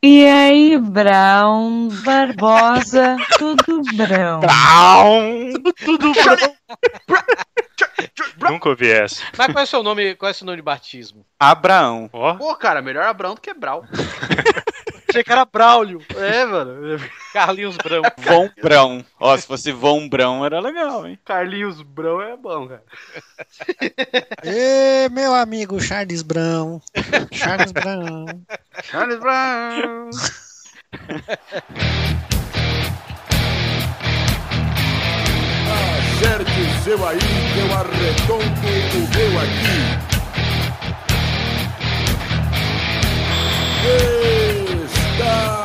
E aí, Brown, Barbosa, tudo Brown. Tá. Brown! Tudo branco. Nunca ouvi essa. Mas qual é o seu nome? Qual é o seu nome de batismo? Abraão. Ó, Pô, cara, melhor Abraão do que Brau. Achei que era Braulio. É, mano. Carlinhos Branco. Von Brão. Ó, se fosse Von Brão era legal, hein? Carlinhos Brão é bom, cara. Ê, meu amigo Charles Brown. Charles Brown. Carlinhos Brão. Acerte o seu aí, que eu arredondo o meu aqui. Está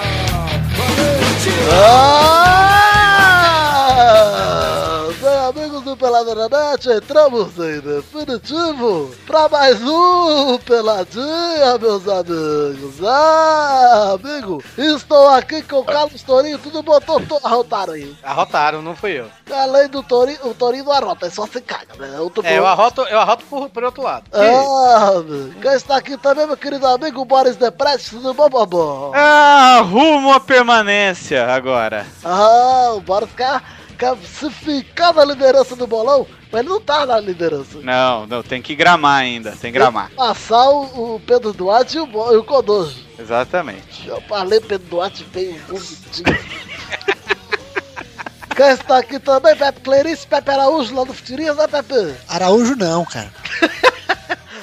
valente! Ah! Bem, amigos do Pelada na Net, entramos em definitivo para mais um Peladinha, meus amigos. Ah, amigo, estou aqui com o Carlos Torinho, tudo bom, Torinho? Tarinho? Arrotaram, não fui eu. Além do Torinho, o Torinho não arrota, ele só se caga, né? Outro É, eu bom. arroto, eu arroto por, por outro lado. Ah, amigo. Quem está aqui também, meu querido amigo Boris Deprete, tudo bom, bobão? É. Ah, rumo à permanência agora. Ah, o Boris quer, quer se ficar na liderança do bolão, mas ele não tá na liderança. Não, não, tem que gramar ainda, tem que gramar. Tem que Passar o, o Pedro Duarte e o, Bo- e o Codoso. Exatamente. Eu falei Pedro Duarte bem bonitinho. Quem está aqui também, Pepe Clarice, Pepe Araújo lá do Futirinhas, né, Pepe? Araújo não, cara.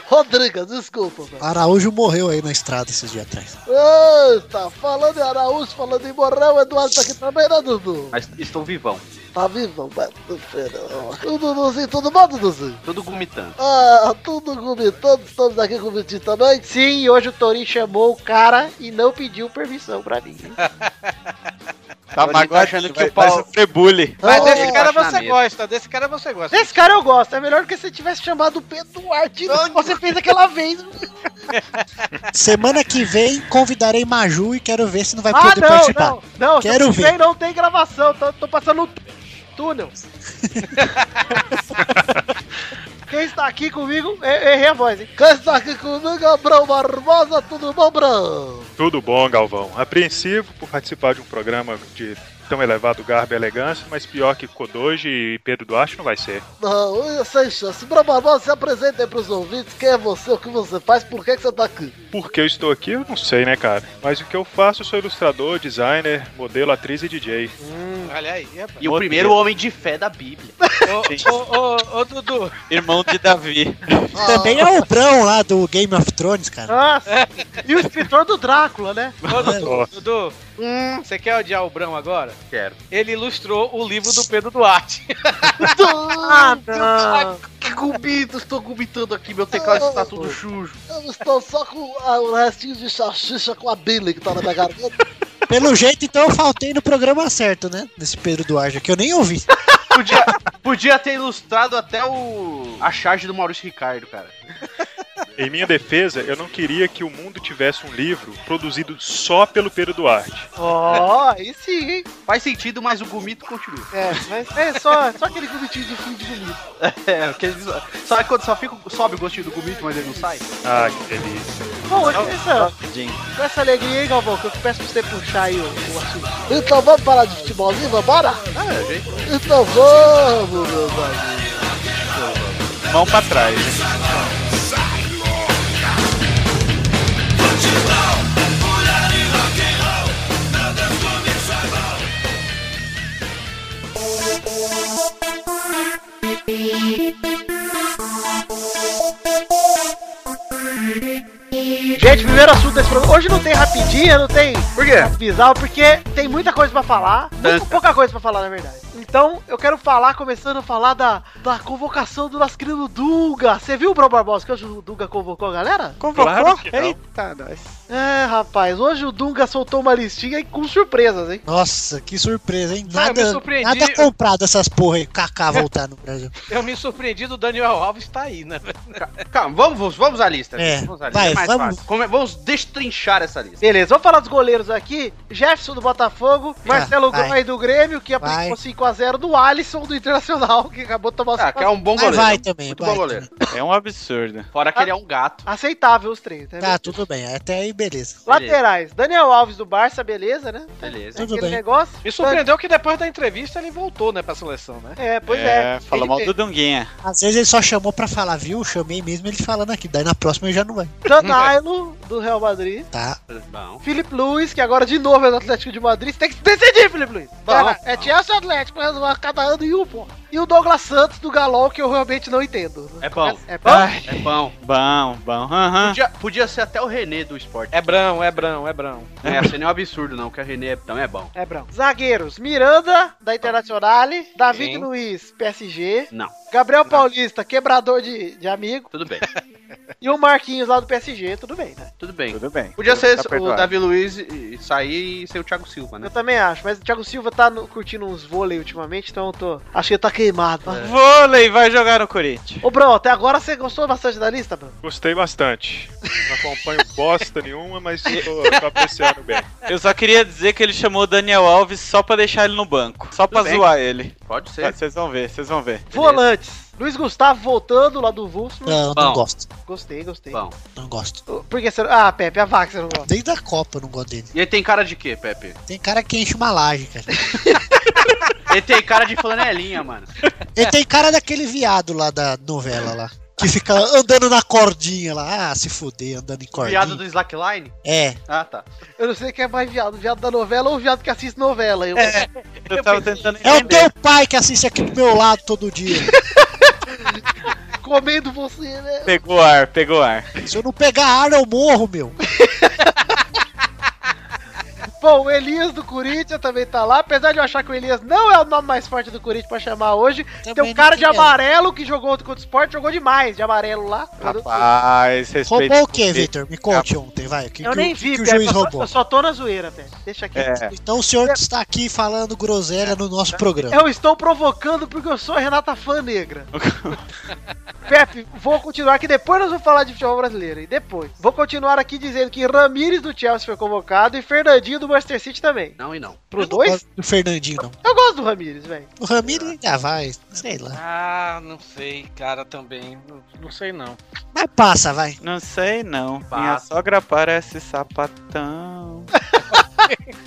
Rodrigo, desculpa, velho. Araújo morreu aí na estrada esses dias atrás. Eita, falando em Araújo, falando em Morrão, o Eduardo tá aqui também, né, Dudu? Mas estou vivão, Tá vivo, mas não sei não. O Duduzinho, tudo bom, Duduzinho? todo vomitando. Ah, tudo comentando, estamos aqui com o Vitinho também. Sim, hoje o Torinho chamou o cara e não pediu permissão pra mim. Tá Agora ele tá magoado, achando que vai, o pau- vai sofrer bullying. Mas ah, Ô, desse cara baixo na você mesa. gosta, desse cara você gosta. Desse Então, cara eu gosto, é melhor do que se tivesse chamado o Pedro Duarte. Você fez aquela vez. Semana que vem convidarei Maju e quero ver se não vai Ah, poder não, participar. não, Quero não. semana que vem ver. Não tem gravação, tô, tô passando no tú- túnel. Quem está aqui comigo, eu- É, eu errei a voz, hein? Quem está aqui comigo é o Brão Barbosa, tudo bom, Brão? tudo bom, Galvão. Apreensivo por participar de um programa de tão elevado garbo e elegância, mas pior que Kodoji e Pedro Duarte não vai ser. Não, sem chance. Brão Barbosa, se apresenta aí pros ouvintes, quem é você, o que você faz, por que, que você tá aqui? Por que eu estou aqui, eu não sei, né, cara? Mas o que eu faço, eu sou ilustrador, designer, modelo, atriz e DJ. Hum, Olha aí, rapaz. E o primeiro homem de fé da Bíblia. Ô, ô, ô, ô, Dudu, Irmão de Davi. Também é o Brão lá do Game of Thrones, cara. Nossa. É. E o escritor do Drácula, né? ô, Dudu, Ó. Dudu, Hum. você quer odiar o Brão agora? Quero. Ele ilustrou o livro do Pedro Duarte. Ah, não. Que gubito, estou gubitando aqui, meu teclado está tá tudo sujo. Eu estou só com ah, o restinho de salsicha com a Billy que tá na minha garganta. Pelo jeito, então eu faltei no programa certo, né? Desse Pedro Duarte, que eu nem ouvi. Podia, podia ter ilustrado até o a charge do Maurício Ricardo, cara. Em minha defesa, eu não queria que o mundo tivesse um livro produzido só pelo Pedro Duarte. Ó, aí sim, hein? Faz sentido, mas o gumito continua. É, mas é só, só aquele gomitinho de fim de gomito. É, porque eles- sabe quando só fica, sobe o gostinho do gumito, mas ele não sai? Ah, que delícia. Bom, hoje é essa, Tadinho. com essa alegria, hein, Galvão, que eu peço pra você puxar aí o, o assunto. Então vamos falar de futebolzinho, vambora? Ah, é, gente. Então vamos, meus amigos. Mão pra trás. Gente, primeiro assunto desse programa. Hoje não tem rapidinha, não tem Por quê? É. bizarro, porque tem muita coisa pra falar. Muito, pouca coisa pra falar, na verdade. Então, eu quero falar, começando a falar da, da convocação do nosso querido Duga. Você viu o Bro Barbosa que hoje o Duga convocou a galera? Claro que não. Eita, nós. É, rapaz, hoje o Dunga soltou uma listinha e com surpresas, hein? Nossa, que surpresa, hein? Ah, eu me Nada, surpreendi. nada comprado essas porra aí. Kaká voltar no Brasil. Eu me surpreendi do Daniel Alves tá aí, né? Calma, vamos, vamos, vamos à lista. É, vamos à lista. vai, é mais vamos. fácil. Come- vamos vamos destrinchar essa lista. Beleza, vamos falar dos goleiros aqui. Jefferson do Botafogo, Ah, Marcelo vai. Gomes do Grêmio, que Vai. aplicou 5x0 no Alisson do Internacional, que acabou de tomar Ah, 5 que é um bom Mas goleiro. vai também, Muito vai bom goleiro. É um absurdo. Fora que ele é um gato. Aceitável os três, né? Tá, tudo bem. Até aí, beleza. Laterais, Daniel Alves do Barça, beleza, né? Beleza. Tudo Aquele bem. negócio. Me surpreendeu que depois da entrevista ele voltou, né, pra seleção, né? É, pois é. Fala Ele- mal do Dunguinha. Às vezes ele só chamou pra falar, viu? Chamei mesmo ele falando aqui. Daí na próxima ele já não vai. Danilo do Real Madrid. Tá. É Bom. Felipe Luiz, que agora de novo é do Atlético de Madrid. Você tem que se decidir, Felipe Luiz. Cara, é Chelsea ou Atlético, mas uma- cada ano e um, porra. E o Douglas Santos do Galol, que eu realmente não entendo. É bom. É, é bom? É bom. Bom, bom. Aham. Podia, podia ser até o René do esporte. É brão, é brão, é brão. Não ia ser nem um absurdo, não, que o René também é bom. É branco. Zagueiros, Miranda, da Internacional, David Sim. Luiz, PSG, Não, Gabriel Paulista, quebrador de, de amigo, tudo bem. e o Marquinhos lá do PSG, tudo bem, né? Tudo bem. Tudo bem. Podia ser Tá o perdoado. Davi Luiz e- e sair e ser o Thiago Silva, né? Eu também acho, mas o Thiago Silva tá no- curtindo uns vôlei ultimamente, então eu tô. Acho que ele tá queimado. É. tá? Vôlei vai jogar no Corinthians. Ô, Bruno, até agora você gostou bastante da lista, Bruno? Gostei bastante. Não acompanho bosta nenhuma, mas tô, tô apreciando bem. Eu só queria dizer que ele chamou o Daniel Alves só pra deixar ele no banco. Só pra bem. zoar ele. Pode Tá, ser. Vocês vão ver, vocês vão ver. Volantes. Luiz Gustavo voltando lá do Wolfsburg. Não, Bom. não gosto. Gostei, gostei. Bom. Não gosto. Por que você não... Ah, Pepe, a vaca você não gosta. Desde a Copa eu não gosto dele. E ele tem cara de quê, Pepe? Tem cara que enche uma laje, cara. Ele tem cara de flanelinha, mano. Ele tem cara daquele viado lá da novela lá. Que fica andando na cordinha lá. Ah, se fuder, andando em cordinha. Piada do Slackline? É, Ah, tá. Eu não sei quem é mais viado, viado da novela ou viado que assiste novela. Eu... Eu tava tentando é o entender. teu pai que assiste aqui do meu lado todo dia. Comendo você, né? Pegou ar, pegou ar. Se eu não pegar ar, eu morro, meu. Bom, o Elias do Corinthians também tá lá, apesar de eu achar que o Elias não é o nome mais forte do Corinthians pra chamar hoje. tem um não cara de quero. amarelo que jogou contra o esporte, jogou demais de amarelo lá. Rapaz, respeito. Roubou o quê, Vitor? Me conte ontem, vai. O que, eu que nem o, vi, que o Pepe, juiz eu só- roubou. Eu só tô na zoeira, velho. Deixa aqui. É, Então o senhor está aqui falando É. groselha no nosso programa. Eu estou provocando porque eu sou a Renata Fã Negra. Pepe, vou continuar que depois nós vamos falar de futebol brasileiro. E depois. Vou continuar aqui dizendo que Ramires do Chelsea foi convocado e Fernandinho do Manchester City também. Não e não. Pro Eu não dois? gosto do Fernandinho, não. Eu gosto do Ramires, velho. O Ramiro já vai, sei lá. Ah, não sei, cara, também. Não, não sei não. Mas passa, vai. Não sei não. Minha Passa. sogra parece sapatão.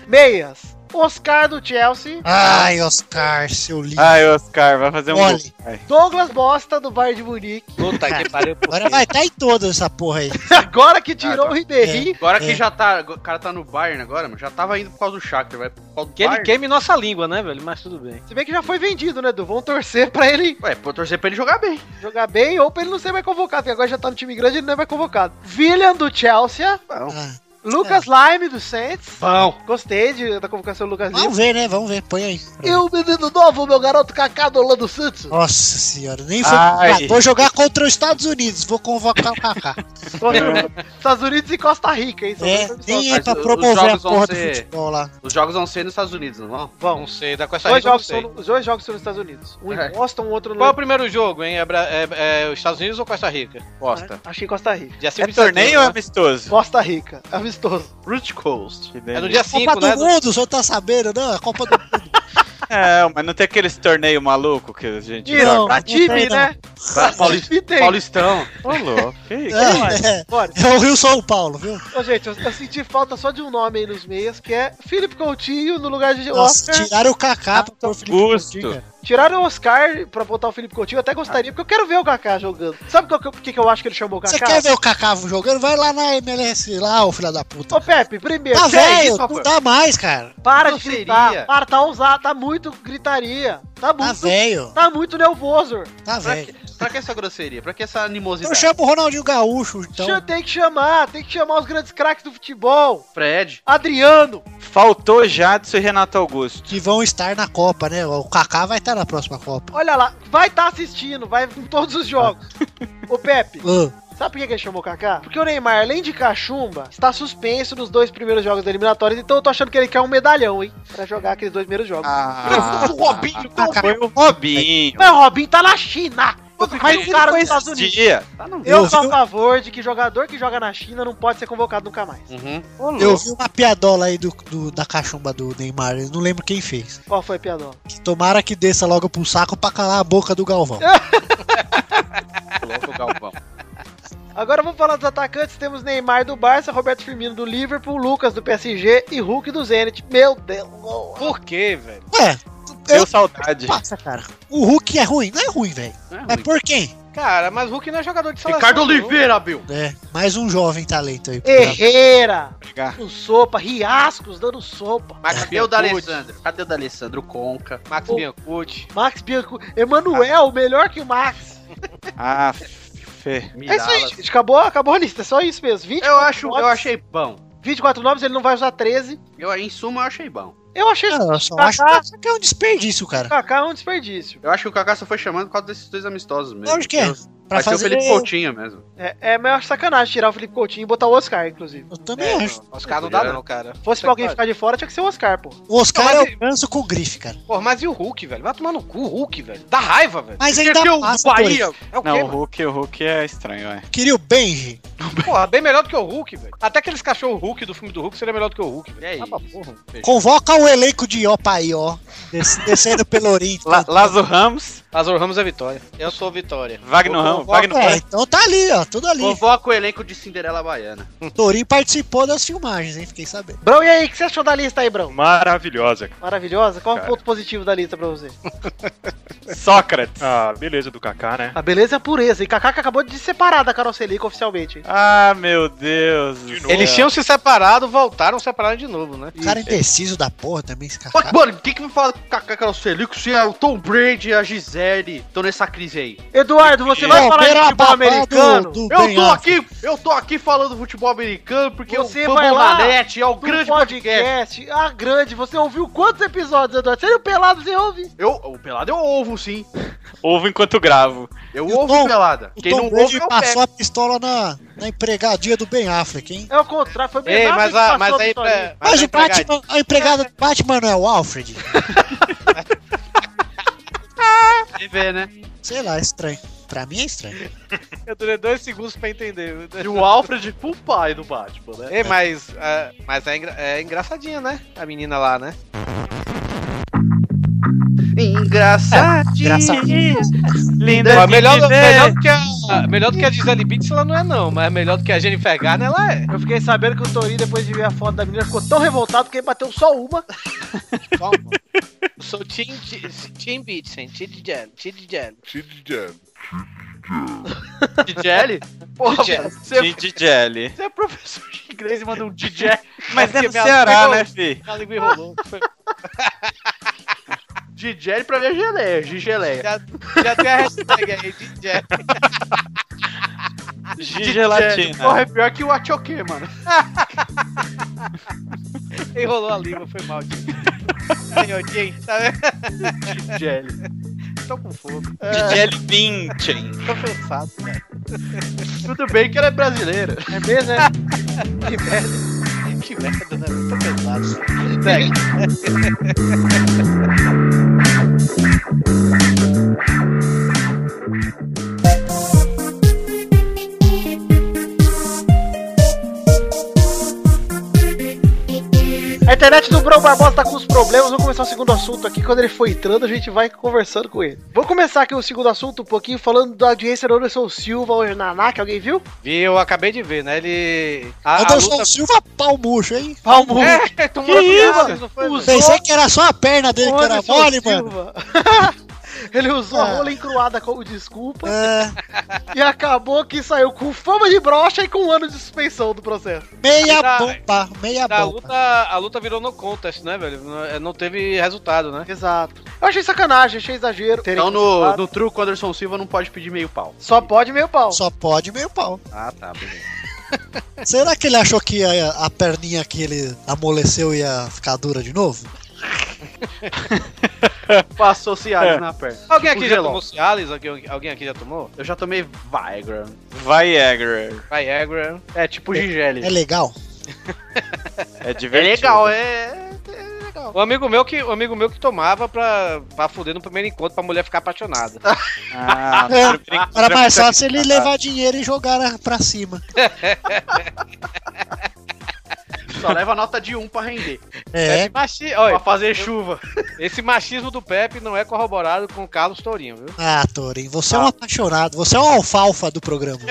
Meias. Oscar do Chelsea. Ai, Oscar, seu lindo. Ai, Oscar, vai fazer um Olha. gol. Vai. Douglas Bosta do Bayern de Munique. Puta que pariu. por Agora quê? vai tá em todas essa porra aí. Agora que tirou o Ribeirinho. Agora que É. já tá. O cara tá no Bayern agora, mano. Já tava indo por causa do Shakhtar, vai por causa do Que ele Bayern. queime nossa língua, né, velho? Mas tudo bem. Se bem que já foi vendido, né, Du? Vão torcer pra ele Ué, vou torcer pra ele jogar bem. jogar bem ou pra ele não ser mais convocado, porque agora já tá no time grande e ele não é mais convocado. William do Chelsea. Ah, Lucas Lime do Saints. Bom. Gostei de- da convocação do Lucas Lima. vamos ver, né? Vamos ver. Põe aí. E o menino novo, meu garoto Kaká do Orlando Santos. Nossa senhora, nem foi. Ai. Ah, vou jogar contra os Estados Unidos, vou convocar o Kaká. Estados Unidos e Costa Rica, hein? São É, dois nem jogos. é mas pra os promover a jogos vão porra do ser- futebol lá. Os jogos vão ser nos Estados Unidos, não vão? Não sei, da Costa Dois Rica eu não jogos, sei. são, no- os dois jogos são nos Estados Unidos. Um É. em Boston, o outro no. Qual é o primeiro jogo, hein? É, Bra- é- é os Estados Unidos ou Costa Rica? É. Bosta. Acho que em Costa Rica. Dia 5 É torneio né? ou é amistoso? Costa Rica, é amistoso. Root Coast. Que É no delícia. dia Copa 5, do né? do- Mundo, o senhor tá sabendo, não? É Copa do Mundo. É, mas não tem aqueles torneio maluco que a gente Tira, não, pra não tem, time, não. né? Paulista- E tem. Paulistão. Ô, louco. Que- que mais? É, é. Bora. é o Rio São Paulo, viu? Ô, gente, eu, eu senti falta só de um nome aí nos meias, que é Felipe Coutinho no lugar de Nossa, Oscar. tiraram o Kaká pra pôr o Felipe Augusto. Coutinho, cara. Tiraram o Oscar pra botar o Felipe Coutinho, eu até gostaria, porque eu quero ver o Kaká jogando. Sabe qual que eu- por que, que eu acho que ele chamou o Você Kaká? quer ver o Kaká jogando? Vai lá na MLS lá, ô filho da puta. Ô, Pepe, primeiro, Tá que é velho, isso, não rapaz? dá mais, cara. Tá para de grosseria. gritar. Para, tá ousado, tá muito gritaria. Tá Tá muito, velho, tá muito nervoso. tá Pra velho. que, pra que essa grosseria? Pra que essa Eu animosidade? chamo o Ronaldinho Gaúcho, então. Cha- Tem que chamar, tem que chamar os grandes craques do futebol. Fred. Adriano, Faltou Jadson e Renato Augusto. Que vão estar na Copa, né? O Kaká vai estar na próxima Copa. olha lá, vai estar assistindo, vai em todos os jogos. Ô, Pepe, Ah, Sabe por que que ele chamou o Kaká? Porque o Neymar, além de cachumba, está suspenso nos dois primeiros jogos da eliminatórias, então eu tô achando que ele quer um medalhão, hein? Pra jogar aqueles dois primeiros jogos. Ah, o Robinho. Kaká. foi o Robinho. Mas o Robinho é, tá na China! Mas Cara, cara não dos Estados Unidos. existia. Eu Eu sou vi- a favor de que jogador que joga na China não pode ser convocado nunca mais. Hum. Uhum. Eu vi uma piadola aí do, do- da cachumba do Neymar, eu não lembro quem fez. Qual foi, Piadola? Tomara que desça logo pro saco pra calar a boca do Galvão. Louco, Galvão. Agora vamos falar dos atacantes. Temos Neymar do Barça, Roberto Firmino do Liverpool, Lucas do PSG e Hulk do Zenit. Meu Deus. Por quê, velho? Ué, Deu saudade. passa, cara. É. O Hulk é ruim, não é ruim, velho. É por quem? Cara, mas Hulk não é jogador de seleção. Ricardo não. Oliveira, Bill. É, mais um jovem talento aí. Herrera, Obrigado. com sopa, Riascos dando sopa. Mas cadê o da Alessandro? Cadê o da Alessandro Conca? Max Ô. Biancucci. Max Bianco, Emanuel, melhor que o Max. Ah, Fê. É isso aí, gente. Acabou, acabou a lista, é só isso mesmo. 24 Eu acho, nomes, eu achei bom. 24 nomes, ele não vai usar 13. Eu, em suma, eu achei bom. Eu achei Cara, eu só Kaká. acho que- que é um desperdício, o cara. Kaká é um desperdício. Eu acho que o Kaká só foi chamando por causa desses dois amistosos mesmo. Lógico que é. Pra Vai ser o fazer. Felipe Coutinho mesmo. É, é maior sacanagem tirar o Felipe Coutinho e botar o Oscar, inclusive. Eu também É, acho. não, Oscar não dá, não, cara. Se fosse pra alguém ficar de fora, tinha que ser o Oscar, pô. O Oscar Não, mas é o ganso com grife, cara. Pô, mas e o Hulk, velho? Vai tomar no cu o Hulk, velho. Dá raiva, velho. Mas Quer ainda ser o passa por Bahia. É o quê, Não, o mano? Hulk, o Hulk é estranho, é. Queria o Benji. Porra, bem melhor do que o Hulk, velho. Até aqueles cachorro Hulk do filme do Hulk seria melhor do que o Hulk, velho. E aí? Ah, pra porra. Convoca o elenco de Opa aí, ó. des- Descendo pelo Oriente. La Lazo Ramos, Azor Ramos é vitória. Eu sou vitória. Wagner Vou Ramos, convocar. Wagner É, Ramos. então tá ali, ó. Tudo ali. Convoca o elenco de Cinderela Baiana. O Torinho participou das filmagens, hein? Fiquei sabendo. Brão, e aí, o que você achou da lista aí, Brão? Maravilhosa. Maravilhosa? Qual é o Cara. ponto positivo da lista pra você? Sócrates. Ah, beleza do Kaká, né? A beleza é a pureza. E Kaká que acabou de se separar da Carol Selic oficialmente. hein? Ah, meu Deus. do De céu. novo. Eles tinham se separado, voltaram, separaram de novo, né? O cara indeciso da porra também, esse Mas, cara. Mano, quem que me fala que o Kaká que era o Selico, se é o Tom Brady e a Gisele estão nessa crise aí? Eduardo, você vai Não, falar de pera, futebol babá do- americano? do Eu Ben tô Affleck. aqui, eu tô aqui falando futebol americano porque Você o Fumble vai lá, na net é o Do grande podcast. podcast. Ah, grande. Você ouviu quantos episódios, Eduardo? Você é o pelado, você ouve? Eu, o pelado eu ovo sim. Ouvo enquanto gravo. Eu E o ouvo Tom- pelada. O Quem Tom não Brady ouve eu passou pego. a pistola na, na empregadinha do Ben Affleck, hein? É o contrário. Foi bem Ei, nada mas, que a, passou mas a aí é- vitória. pra. Mas Mas o aí pra Gatti- Batman, a empregada do Batman não é o Alfred? Você vê, né? Sei lá, é estranho. Pra mim é estranho. Eu durei dois segundos pra entender. E o Alfred pro pai do Batman, né? Ei, mas, ah, mas é, engra- é engraçadinha, né? A menina lá, né? Engraçadinho. Linda Pô, de melhor, do- viver. melhor do que a, Ah, melhor do que a Gisele Bint, ela não é, não. Mas melhor do que a Jennifer Garner, ela é. Eu fiquei sabendo que o Torinho, depois de ver a foto da menina, ficou tão revoltado que ele bateu só uma. Eu sou Tim, Tim Bitsen, Tim Jelly, Tim Jelly. Tidian. Gisele? Porra, Gisele. mano, você De Jelly. você é professor de inglês e manda um DJ. Mas é Porque no minha Ceará, língua- né, fi? Minha língua enrolou. Foi- DJ pra mim é geleia, de geleia. Já, já tem a hashtag aí, Tim Jelly. De gelatina. Porra, é pior que o Achoque, mano. Enrolou a língua, foi mal, Tim. Aí, ó, Tim, tá vendo? Gisele. Tô com fome, É. De Jelly Vinchin. tô cansado. Tudo bem que ela é brasileira. É mesmo, né? Que merda. Que merda, né? Tô cansado. Segue. A internet do Bruno Barbosa tá com uns problemas. Vamos começar o segundo assunto aqui. Quando ele for entrando, a gente vai conversando com ele. Vou começar aqui o segundo assunto um pouquinho falando da audiência do Anderson Silva hoje na NAC. Alguém viu? Vi, eu acabei de ver, né? Ele. A, a Anderson luta... Silva, pau murcho, hein? Palmo. É, tomou isso? não foi, velho? Pensei que era só a perna dele que era mole, mano. Silva. ele usou a É. Ah. rola encruada como desculpa É, e acabou que saiu com fama de brocha e com um ano de suspensão do processo. meia Da- bomba, meia A Tá, bomba. luta, a luta virou no contest, né, velho? Não- Não teve resultado, né? Exato. Eu achei sacanagem, achei exagero. Terem Então no, cancelado. no truco, Anderson Silva não pode pedir meio pau. Só pode meio pau. Só pode meio pau. Ah, tá, beleza. Será que ele achou que a, a perninha que ele amoleceu ia ficar dura de novo? Passou Cialis na perna. Alguém aqui O já Geló. tomou Cialis? Alguém, alguém aqui já tomou? Eu já tomei Viagra. Viagra. Viagra. É tipo Gigeli. É legal? É É divertido. legal, é. é legal. não. O amigo meu que, o amigo meu que tomava pra, pra fuder no primeiro encontro pra mulher ficar apaixonada. Ah, É. Era mais fácil ele levar dinheiro e jogar na- pra cima. Só leva nota de um pra render. É, Pepe machi... Olha, pra fazer chuva. esse machismo do Pepe não é corroborado com o Carlos Tourinho, viu? ah, Torin, você é um apaixonado, você é um alfalfa do programa.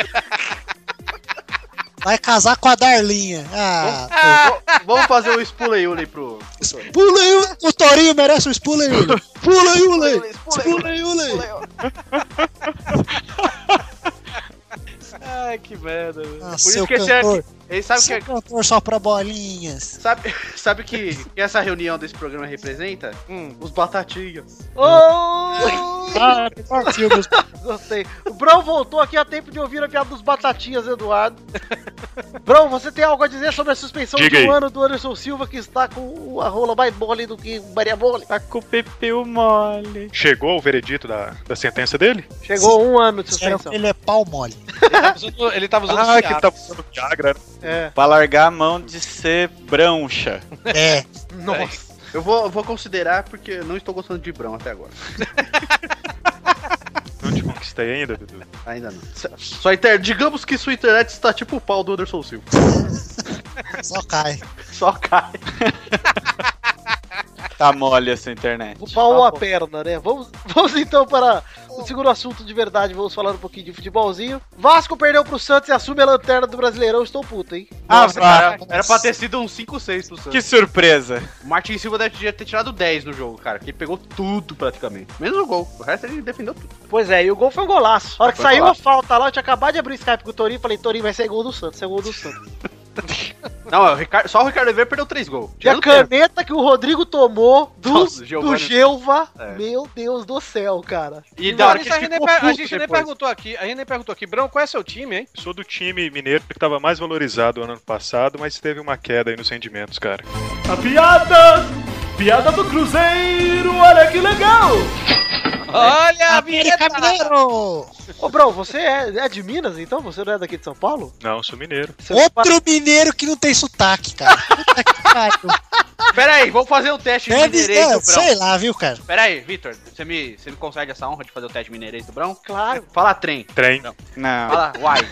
Vai casar com a Darlinha. Ah, Vamos fazer o Spuleyuli pro. Torin. pula aí, o- o Torinho merece um pula aí, Ule. Pula aí, Ule. Pula aí, Ule. Ai, que merda, velho. Ah, isso seu que esse é- cantor, Ele sabe o que seu cantor só pra bolinhas. Sabe, sabe que, que essa reunião desse programa representa? Hum. Os batatinhas. Ô, Ah, partiu, meus Gostei. O Brão voltou aqui a tempo de ouvir a piada dos batatinhas, Eduardo. Brão, você tem algo a dizer sobre a suspensão Diga de um aí. ano do Anderson Silva, que está com a rola mais mole do que Maria Mole? Tá com o pepeu mole. Chegou o veredito da, da sentença dele? Chegou um ano de Disseram suspensão. que ele é pau mole. Ele tava usando, ele tava usando Ah, que fiado. tá usando Viagra. É. Pra largar a mão de ser brancha. É, Nossa. Eu vou, eu vou considerar porque eu não estou gostando de Brão até agora. Não te conquistei ainda, Dudu. Ainda não. S- Sua inter... Digamos que sua internet está tipo o pau do Anderson Silva. só cai. Só cai. Tá mole essa internet. O pau ou a perna, né? Vamos, vamos então para o segundo assunto de verdade. Vamos falar um pouquinho de futebolzinho. Vasco perdeu pro Santos e assume a lanterna do Brasileirão. Estou puto, hein? Nossa, vá. Ah, cara, Ah, era pra ter sido um 5-6 pro Santos. Que surpresa. O Martin Silva devia ter tirado 10 no jogo, cara. Que ele pegou tudo praticamente. Menos o gol. O resto ele defendeu tudo. Pois é, e o gol foi um golaço. A hora que Foi um saiu a golaço. falta lá, eu tinha acabado de abrir o Skype com o Torinho. Falei, Torinho, vai ser gol do Santos, é gol do Santos. Não, é o Ricardo- só o Ricardo Oliveira perdeu 3 gols. E a Tirando o pênalti. caneta que o Rodrigo tomou do, Nossa, do Giovani- Gelva. É. Meu Deus do céu, cara. E da hora que Isso a ele gente, nem, ficou per- a puto gente nem depois. perguntou aqui, a gente nem perguntou aqui, Brão, qual é seu time, hein? Sou do time mineiro que estava mais valorizado no ano passado, mas teve uma queda aí nos rendimentos, cara. A piada! Piada do Cruzeiro, olha que legal! Olha a América vinheta! Mineiro! Ô, Brão, você é, é de Minas, então? Você não é daqui de São Paulo? Não, sou mineiro. Você Outro mineiro que não tem sotaque, cara. Puta que pariu. Pera aí, vamos fazer um teste de Deve mineirês ser, do Brão. sei lá, viu, cara? Pera aí, Vitor, você me, você me concede essa honra de fazer o teste de mineirês do Brão? Ah. Claro. Fala trem. Trem. Não. Fala uai.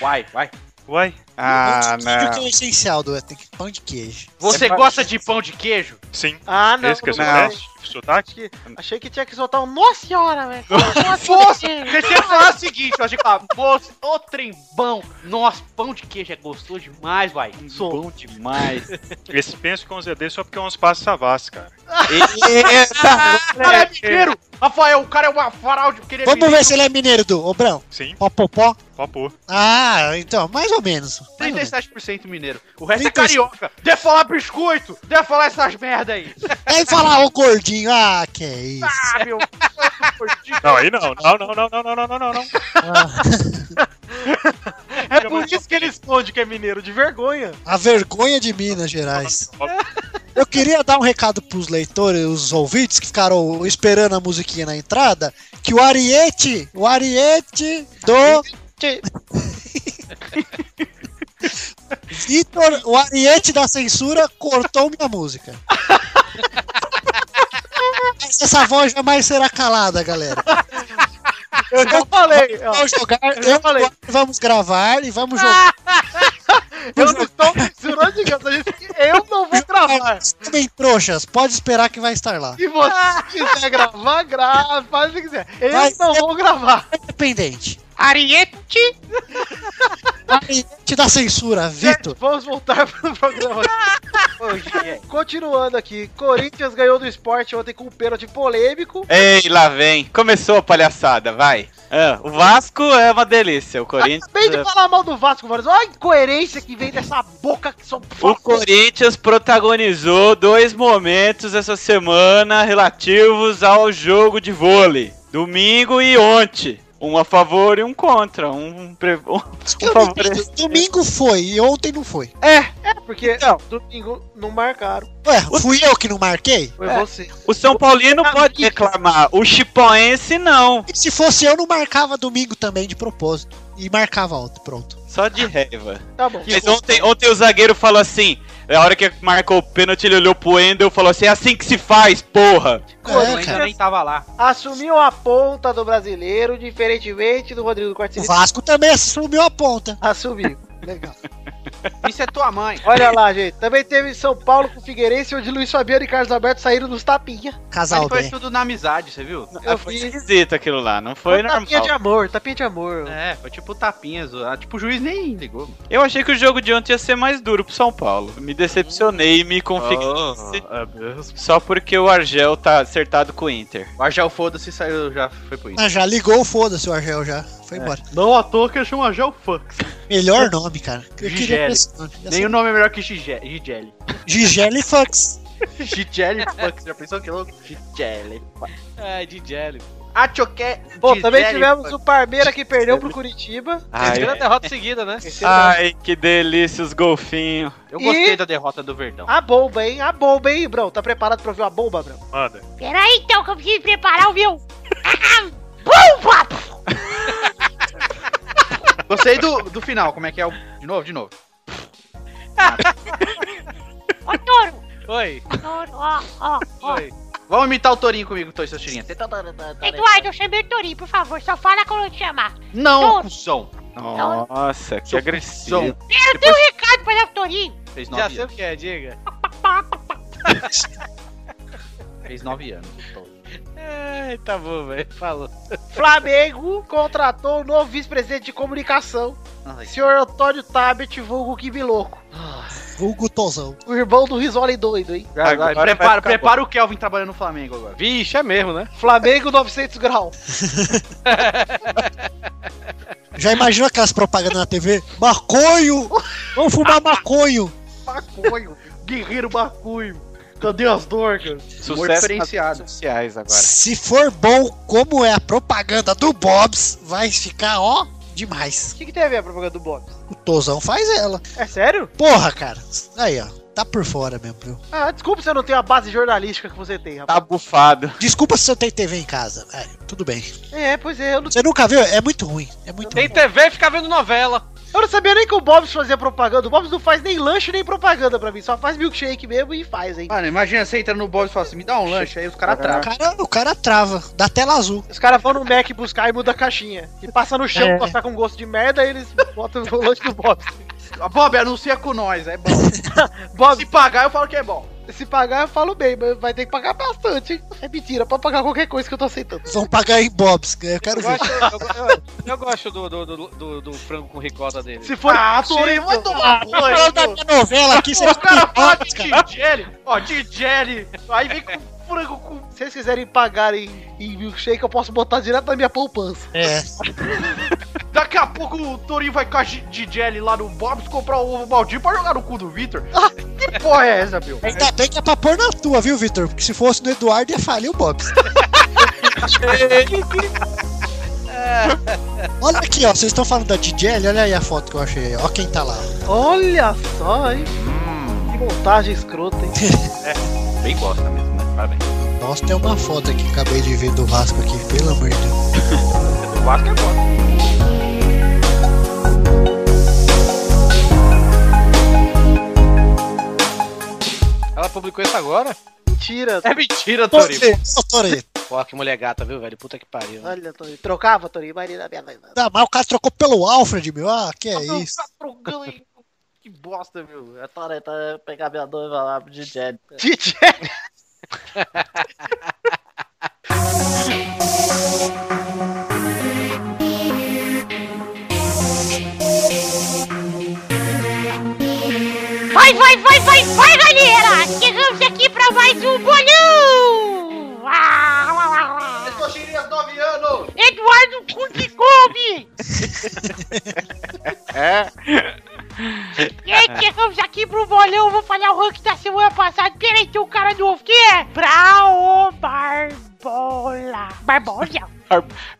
uai, uai. Uai. Ah, Tudo que é não. o essencial do tem que pão de queijo. Você Você gosta de pão de queijo? Sim. Ah, não. Esse que é seu não. não. teste? Sotaque? Achei que tinha que soltar um Nossa Senhora, velho. Nossa! Porque você ia falar o seguinte, eu achei que falava, moço, ô trembão. Nossa, pão de queijo é gostoso demais, uai. Sou. Bom demais. Esse penso com ZD só porque é uns passos savasses, cara. O cara é mineiro. Rafael, o cara é uma farol de querer Vamos ver se ele é mineiro do Ô, Brão. Sim, Popopó. papo. Ah, então, mais ou menos. Mais ou menos. 37% mineiro. O resto é 37. carioca. Deve falar biscoito. Deve falar essas merda aí. Aí falar o gordinho, ah, que é isso. Ah, meu. Não, aí não. Não, não, não, não, não, não, não, não, não. Ah. Ah. É por isso que ele esconde que é mineiro, de vergonha. A vergonha de Minas Gerais. Eu queria dar um recado pros leitores, os ouvintes que ficaram esperando a musiquinha na entrada, que o Ariete, o Ariete do Vitor, o Ariete da censura cortou minha música. Mas Essa voz jamais será calada, galera. Eu já falei. ó. Vamos jogar, Eu já eu- falei. Então, Ah! vamos gravar e vamos jogar. Eu não estou censurando de graça. Eu não vou gravar. Também trouxas, pode esperar que vai estar lá. Se você quiser gravar, grava, faz o que quiser. Eu Vai. não vou gravar. Independente. Ah, Ariete! Ariete da censura, Vitor. Gente, vamos voltar pro programa. Continuando aqui, Corinthians ganhou do esporte ontem com um pênalti polêmico. Ei, lá vem. Começou a palhaçada, vai. Ah, o Vasco é uma delícia. O Corinthians. é- Acabei É. de falar mal do Vasco, mano. Olha a incoerência que vem dessa boca que só O Corinthians protagonizou dois momentos essa semana relativos ao jogo de vôlei. Domingo e ontem. Um a favor e um contra. Um, pre- um- Eu não entendi. Domingo foi e ontem não foi. Porque Então. domingo não marcaram. Ué, fui eu que não marquei? Foi você. O São Paulino pode reclamar. O Chipoense não. E se fosse eu, não marcava domingo também de propósito. E marcava ontem, pronto. Só de raiva. Tá bom. Mas ontem, ontem o zagueiro falou assim: A hora que marcou o pênalti, ele olhou pro Endel e falou assim: é assim que se faz, porra! Corinthians É, cara. Eu nem tava lá. assumiu a ponta do brasileiro, diferentemente do Rodrigo O Quartieri. Vasco também assumiu a ponta. Assumiu. Legal. Isso é tua mãe. Olha lá, gente. Também teve São Paulo com o Figueirense, onde Luiz Fabiano e Carlos Alberto saíram nos tapinha. Casal Mas foi bem. tudo na amizade, você viu? Eu Foi vi. esquisito aquilo lá, não foi tapinha de normal. amor, tapinha de amor. É, foi tipo tapinha, zoado. Tipo, o juiz nem ligou. mano. Eu achei que o jogo de ontem ia ser mais duro pro São Paulo. Me decepcionei e me confiei. Oh, é mesmo. Só porque o Argel tá acertado com o Inter. O Argel foda-se saiu, já foi pro isso. Ah, já ligou, foda-se o Argel já. É. Foi embora. Não à toa que eu chamo Argel Fux. É. Melhor nome, cara. Eu Gigeli. queria esse nome. Nem o nome é melhor que Gige- Gigelli. Gigeli Fox. Gigelli Fux, já pensou que louco? Gigelli. Ai, de Jelly. Achoque. Bom, também tivemos o Parmeira que perdeu pro Curitiba. Terceira é. Ai, derrota seguida, né? ai, que delícia os golfinhos. Eu gostei um E- da derrota do Verdão. A bomba, hein? A bomba, hein, Brão? Tá preparado pra ouvir a bomba, Brão? Manda. Peraí então que eu preciso preparar o meu. Bumba! Gostei do, do final, como é que é o. De novo, de novo. Ó, touro! Oi, Touro, ó, ó, ó. oi. Vamos imitar o Torinho comigo, Torinho, seu tirinha. Eduardo, eu chamei o Torinho, por favor, só fala quando eu te chamar. Não, cuzão. Nossa, que Seu agressivo. cuzão. Eu tenho um recado pra dar pro Torinho. Fez Já nove sei o anos. que é, diga. Fez nove anos. Torinho. Ai, tá bom, velho. Falou. Flamengo contratou o novo vice-presidente de comunicação, Ai, senhor Antônio Tabet, vulgo Kibi Louco. Vulgo Tozão. O irmão do Risoli doido, hein? já- já- Agora vai prepara, ficar prepara o Kelvin trabalhando no Flamengo agora. Vixe, é mesmo, né? Flamengo 900 graus. Já imaginou aquelas propagandas na TV? Maconho! Vamos fumar maconho! Maconho. Guerreiro maconho. Cadê as dorcas? Humor Sucesso nas diferenciado. redes sociais agora. Se for bom como é a propaganda do Bob's, vai ficar, ó, demais. O que, que teve a propaganda do Bob? O Tozão faz ela. É sério? Porra, cara. Aí, ó. Tá por fora mesmo, viu? Ah, desculpa se eu não tenho a base jornalística que você tem, Tá rapaz. bufado. Desculpa se eu tenho TV em casa. É, tudo bem. É, pois é, eu não, Você nunca viu? É muito ruim. É muito Tem ruim. TV e fica vendo novela. eu não sabia nem que o Bob's fazia propaganda. O Bob's não faz nem lanche nem propaganda pra mim, só faz milkshake mesmo e faz, hein? Mano, imagina você entra no Bob e fala assim: me dá um lanche, aí os caras O tragam. cara, o cara trava. Da tela azul. Os caras vão no Mac buscar e muda a caixinha. E passa no chão, É. pra ficar com gosto de merda, e eles botam o lanche do Bob. Bob, anuncia com nós, é bom. Bob, Se pagar, eu falo que é bom. se pagar, eu falo bem, mas vai ter que pagar bastante, hein? É mentira, pode pagar qualquer coisa que eu tô aceitando. Vão pagar em Bob's. Eu quero Eu ver. gosto, eu, eu- eu gosto do, do, do, do- do frango com ricota dele. Se for. Ah, Torinho, vai tomar Falando da minha novela aqui, é você O cara fala de Bob's, cara. Tigeli, ó, Tigeli, aí vem com frango com... Se vocês quiserem pagar em, em milkshake, eu posso botar direto na minha poupança. É. Daqui a pouco o Torinho vai com a Tigeli lá no Bob's comprar o ovo baldio pra jogar no cu do Victor. que porra é essa, meu? Ainda bem que é pra pôr na tua, viu, Vitor? Porque se fosse no Eduardo, ia falir o Bob's. olha aqui, ó. Vocês estão falando da DJL? Olha aí a foto que eu achei. Ó quem tá lá. Olha só, hein? Que montagem escrota, hein? Bem gosta mesmo, né? Parabéns. Nossa, tem uma foto aqui que acabei de ver do Vasco aqui. Pelo amor de Deus. O Vasco é bom. Ela publicou isso agora? Mentira. É mentira, Torinho. Você, ô, Toreto. Pô, que mulher gata, viu, velho? Puta que pariu. né? Olha, Tony. Trocava, Tony, Maria da minha mãe. Ah, mas o cara trocou pelo Alfred, meu. Ah, que é isso. Tá Que bosta, meu. É Toreta pegar minha noiva lá pro DJ. Vai, vai, vai, vai, vai, galera! Chegamos aqui pra mais um bolão! Ah, lá, lá, lá. Tô cheirinho há nove anos. Eduardo Kundigobi! Gente, chegamos aqui pro bolão, vou falar o ranking da semana passada. Peraí, tem um cara novo que é Brau Barbola. Barbola?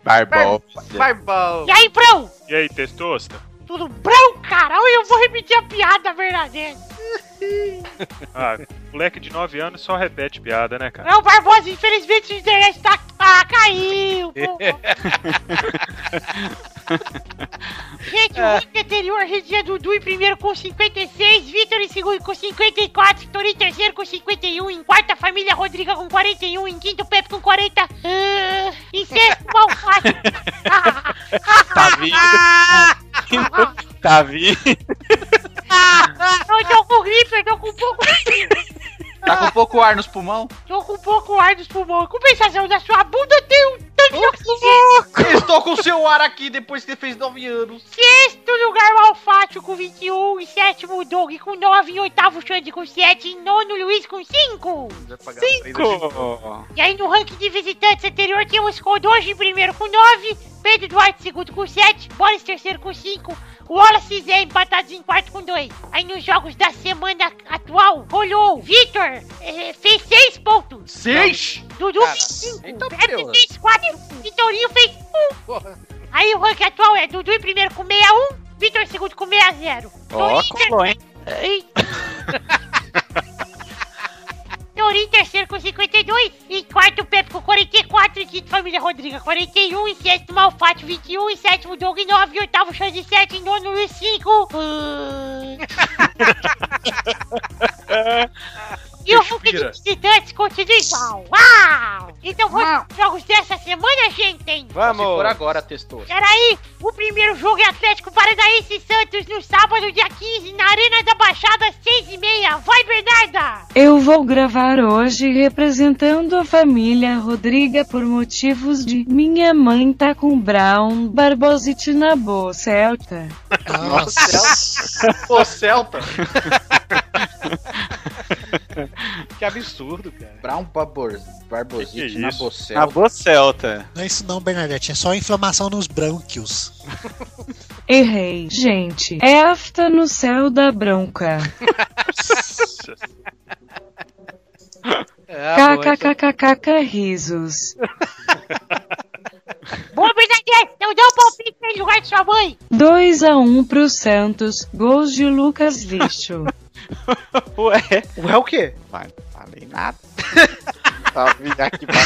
Barbol. Barbão. E aí, Brão? E aí, testosta? Tudo brão, cara? Ou eu vou repetir a piada verdadeira? Ah, moleque de 9 anos só repete piada, né, cara? Não, Barbosa, infelizmente o internet tá. Ah, caiu! pô. Gente, o ranking anterior regia Dudu em primeiro com 56, Vitor em segundo com 54, Torinho em terceiro com 51, em quarta família Rodriga com 41, em quinto Pepe com 40, ah, em sexto Malfácio. Tá vindo. Tá vindo. Tá vindo. ah, Eu tô com gripe, eu tô com pouco Tá com pouco ar nos pulmão? Tô com pouco ar dos pulmões. Compensação da sua bunda, eu tenho um tanque de oxigênio. Estou com o seu ar aqui depois que fez 9 anos. Sexto lugar, o Alfátio com 21. Em sétimo, o Doug com 9. Em oitavo, o Xande com 7. Em nono, o Luiz com 5. Cinco. E aí, no ranking de visitantes anterior, tínhamos Kodoji em primeiro com 9. Pedro Duarte, em segundo com 7. Boris, terceiro com 5. Wallace e Zé empatados em quarto com 2. Aí, nos jogos da semana atual, rolou. Vitor eh, fez 6 pontos. 6? Dudu Cara, fez 5. eita Pepe porra. fez 4. Vitorinho fez 1. Aí o ranking atual é Dudu em primeiro com 61, Vitor em segundo com 60. Ó, colou, hein? Ei. Torinho em terceiro com 52, em quarto Pepe com 44, em quinto Família Rodriga 41, em sexto Malfátio 21, em um sétimo Doug 9, em oitavo Xande 7, em nono Luiz 5. E o Hulk de Respira. visitantes continua igual. Uau! Então vamos aos jogos dessa semana, gente, hein? Vamos! Por agora, testou. Peraí, o primeiro jogo é Atlético Paranaense e Santos no sábado, dia 15, na Arena da Baixada, 6 e meia. Vai, Bernarda! Eu vou gravar hoje representando a família Rodriga por motivos de minha mãe tá com Brown Barbosite na boa, Celta. é Celta. Ô, Celta. que absurdo, cara. Brown Babor- Barbosite Que um na isso? bocela. Na boa Celta. Não é isso não, Bernadette. É só inflamação nos brânquios. Errei, gente. É afta no céu da bronca. É, Tá então. KKKKK risos. Boa, Bernadette! Então dá um palpite no lugar de sua mãe! 2 a 1 pro Santos, gols de Lucas Lixo. Ué. Ué, o quê? Vai, falei nada. Tá vindo aqui pra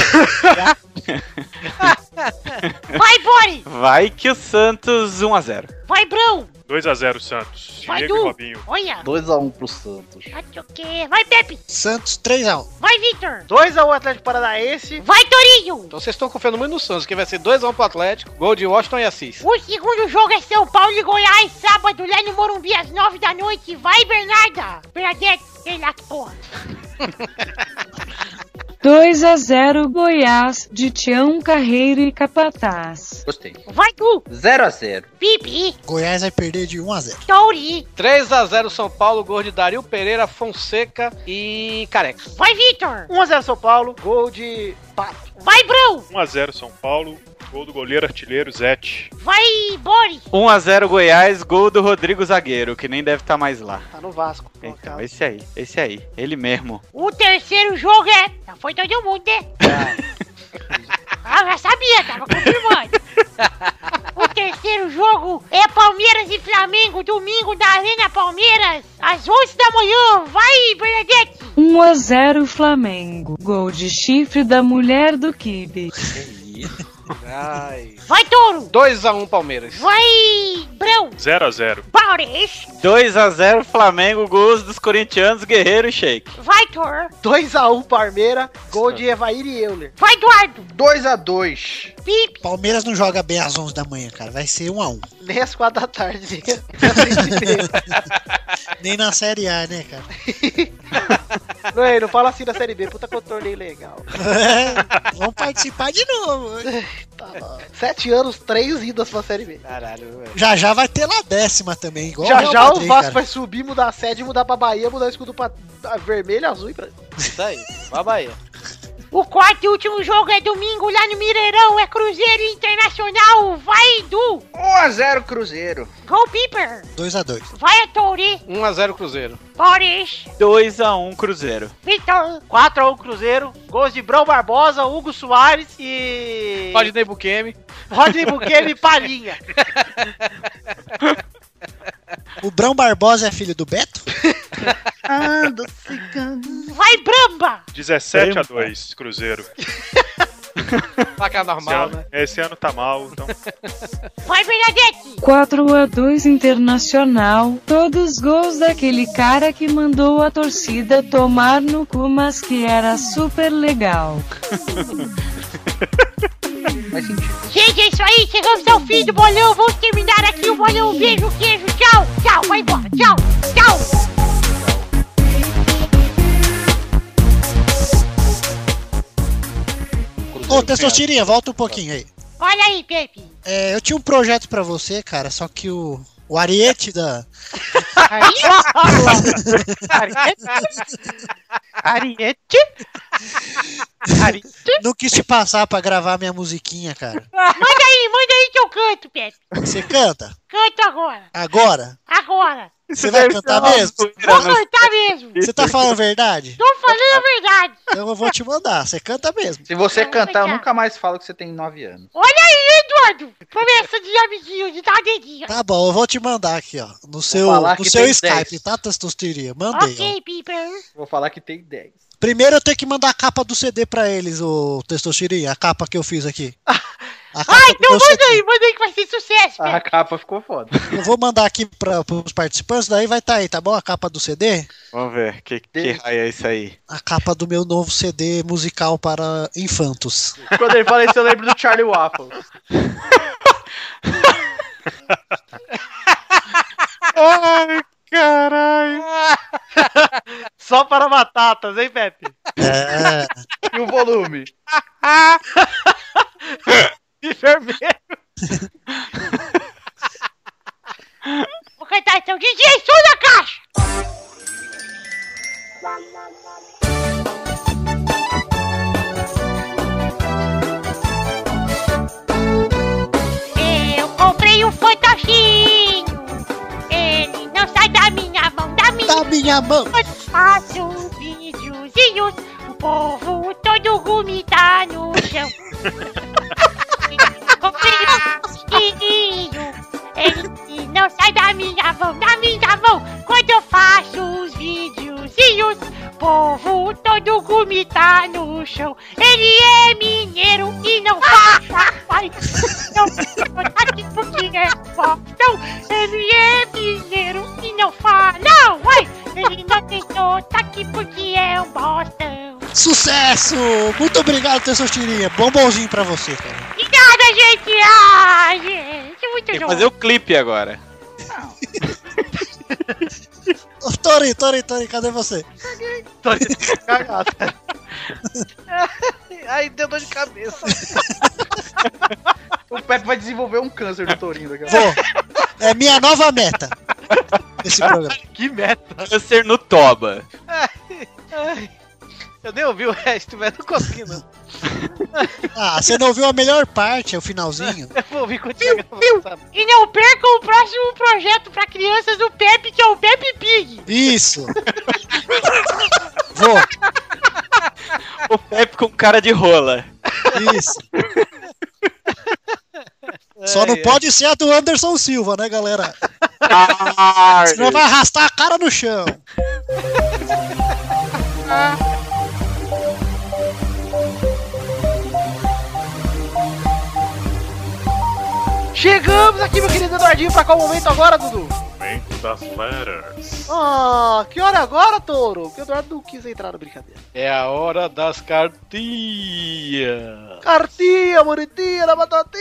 Vai, Boris! Vai que o Santos 1x0. Vai, Brão! 2x0 Santos. Vai, Diego e Du! Robinho. Olha! 2x1 pro Santos. Vai, Tioquê. Vai, Pepe! Santos 3x1. Vai, Victor! 2x1 Atlético Paranaense. Vai, Torinho! Então vocês estão confiando muito no Santos, que vai ser 2x1 pro Atlético, gol de Washington e Assis. O segundo jogo é São Paulo e Goiás, sábado, lá no Morumbi, às 9 da noite. Vai, Bernarda! Bernadette, sei lá que porra. 2 a 0 Goiás, de Tião Carreiro e Capataz. Gostei. Vai, Du! 0x0. Bibi! Goiás vai perder de 1x0. Tori! 3x0 São Paulo, gol de Dario Pereira, Fonseca e Careca. Vai, Victor! 1x0 São Paulo, gol de Pato. Vai, Brão! 1x0 São Paulo. Gol do goleiro artilheiro Zete. Vai, Boris! 1x0 Goiás, gol do Rodrigo Zagueiro, que nem deve estar mais lá. Tá no Vasco. Então, colocado. esse aí, esse aí, ele mesmo. O terceiro jogo é. Já foi todo mundo, né? É. Ah, já sabia, tava confirmando. O terceiro jogo é Palmeiras e Flamengo, domingo na Arena Palmeiras, às 11 da manhã. Vai, Bernadette! 1 a 0 Flamengo, gol de chifre da mulher do Kibe. Ai. Vai, Touro! 2x1 Palmeiras. Vai, Brão! 0x0. Boris! 2x0 Flamengo, gols dos corintianos, Guerreiro e Sheik. Vai, Thor! 2x1 Parmeira, um gol de Evair e Euler. Vai, Eduardo! 2x2. Pipe! Palmeiras não joga bem às 11 da manhã, cara. Vai ser 1x1. Nem às 4 da tarde. Não, Nem na Série A, né, cara? ei, não fala assim da Série B, puta que eu tornei legal. Vamos participar de novo. hein? Tá bom. Sete anos, três idas pra Série B. Caralho, velho. Já já vai ter lá décima também, igual já Real já Madrid, o Vasco cara. vai subir, mudar a sede, mudar pra Bahia, mudar o escudo pra pra vermelho, azul e branco. Isso aí. Vai Bahia. O quarto e último jogo é domingo lá no Mineirão, é Cruzeiro e Internacional! Vai, Du! 1x0 Cruzeiro. Gol, Piper! 2x2. Vai, Tori! 1x0 Cruzeiro. Boris! 2x1 Cruzeiro. Victor! 4x1 Cruzeiro, gols de Brão Barbosa, Hugo Soares e. Pode nem Buqueme. Rodney Buquemi e Palhinha. O Brão Barbosa é filho do Beto? Vai, Bramba! 17x2 Cruzeiro. Placa normal, esse né? ano, esse ano tá mal, então. Vai, Bernadette! 4 a 2 Internacional, todos gols daquele cara que mandou a torcida tomar no cu, mas que era super legal. Gente, é isso aí, chegamos ao fim do bolão, vamos terminar aqui o bolão, um beijo, queijo, tchau, tchau, vai embora, tchau, tchau! Ô, Testosterinha, volta um pouquinho aí. Olha aí, Pepe! É, eu tinha um projeto pra você, cara, só que o, o Ariete da. Ariete? Não quis te passar pra gravar minha musiquinha, cara. Manda aí, manda aí que eu canto, Pepe! Você canta? Canto agora, Agora? agora! Você vai cantar mesmo? Vou cantar mesmo! Você tá falando a verdade? Tô falando a verdade! Então eu vou te mandar, você canta mesmo. Se você cantar, eu cantar. nunca mais falo que você tem 9 anos. Olha aí, Eduardo! Promessa de amiguinho, de dar dedinho! Tá bom, eu vou te mandar aqui, ó. No seu, falar no que seu tem Skype, tá, Testosteria? Mandei, ó. Ok, Pipa! Vou falar que tem 10. Primeiro eu tenho que mandar a capa do CD pra eles, o Testosteria, a capa que eu fiz aqui. A capa Ah, do então meu manda CD. aí, manda aí que vai ser sucesso, Pepe! A capa ficou foda. Eu vou mandar aqui para os participantes, daí vai estar aí, tá bom? A capa do CD, Vamos ver, que, que raio é isso aí? a capa do meu novo CD musical para infantos. Quando ele fala isso, eu lembro do Charlie Waffle. Ai, caralho. Só para batatas, hein, Pepe? É. E o volume? E vermelho. Vou cantar então, DJ Sul da Caixa! Eu comprei um fantoxinho, ele não sai da minha mão, da minha Da minha mão. Eu Faço videozinhos, um o povo todo gomita no chão. comprei um fantoxinho, ele não sai da minha mão, da minha mão. Quando eu faço os videozinhos, povo todo gomita no chão. Ele é mineiro e não faz papai. Não fala que porque é fortão. Ele é mineiro e não fala, não, ai. Ele não tem sotaque porque é um bostão. Sucesso! Muito obrigado, Testostirinha. Bombonzinho pra você, cara. Que nada, gente! Ai, gente, muito Tem que bom. fazer o clipe agora. Ô, Tori, Tori, Tori, cadê você? Aí deu dor de cabeça. o Pepe vai desenvolver um câncer do Torinho daqui a Vou. É minha nova meta. Esse programa. Que meta. Câncer no toba. Ai, Eu nem ouvi o resto, velho. Não consegui, não. Ah, você não ouviu a melhor parte, é o finalzinho. Eu vou ouvir quando chegar. um- E não perca o próximo projeto pra crianças do Pepe, que é o Pepe Pig. Isso. Vou. O Pepe com cara de rola. Isso. Só não pode ser a do Anderson Silva, né, galera? Senão vai arrastar a cara no chão. Chegamos aqui, meu querido Eduardinho, pra qual momento agora, Dudu? Momento das letters. Ah, que hora agora, Touro? Porque o Eduardo não quis entrar na brincadeira. É a hora das cartinhas. Cartinha, bonitinha, da batatinha!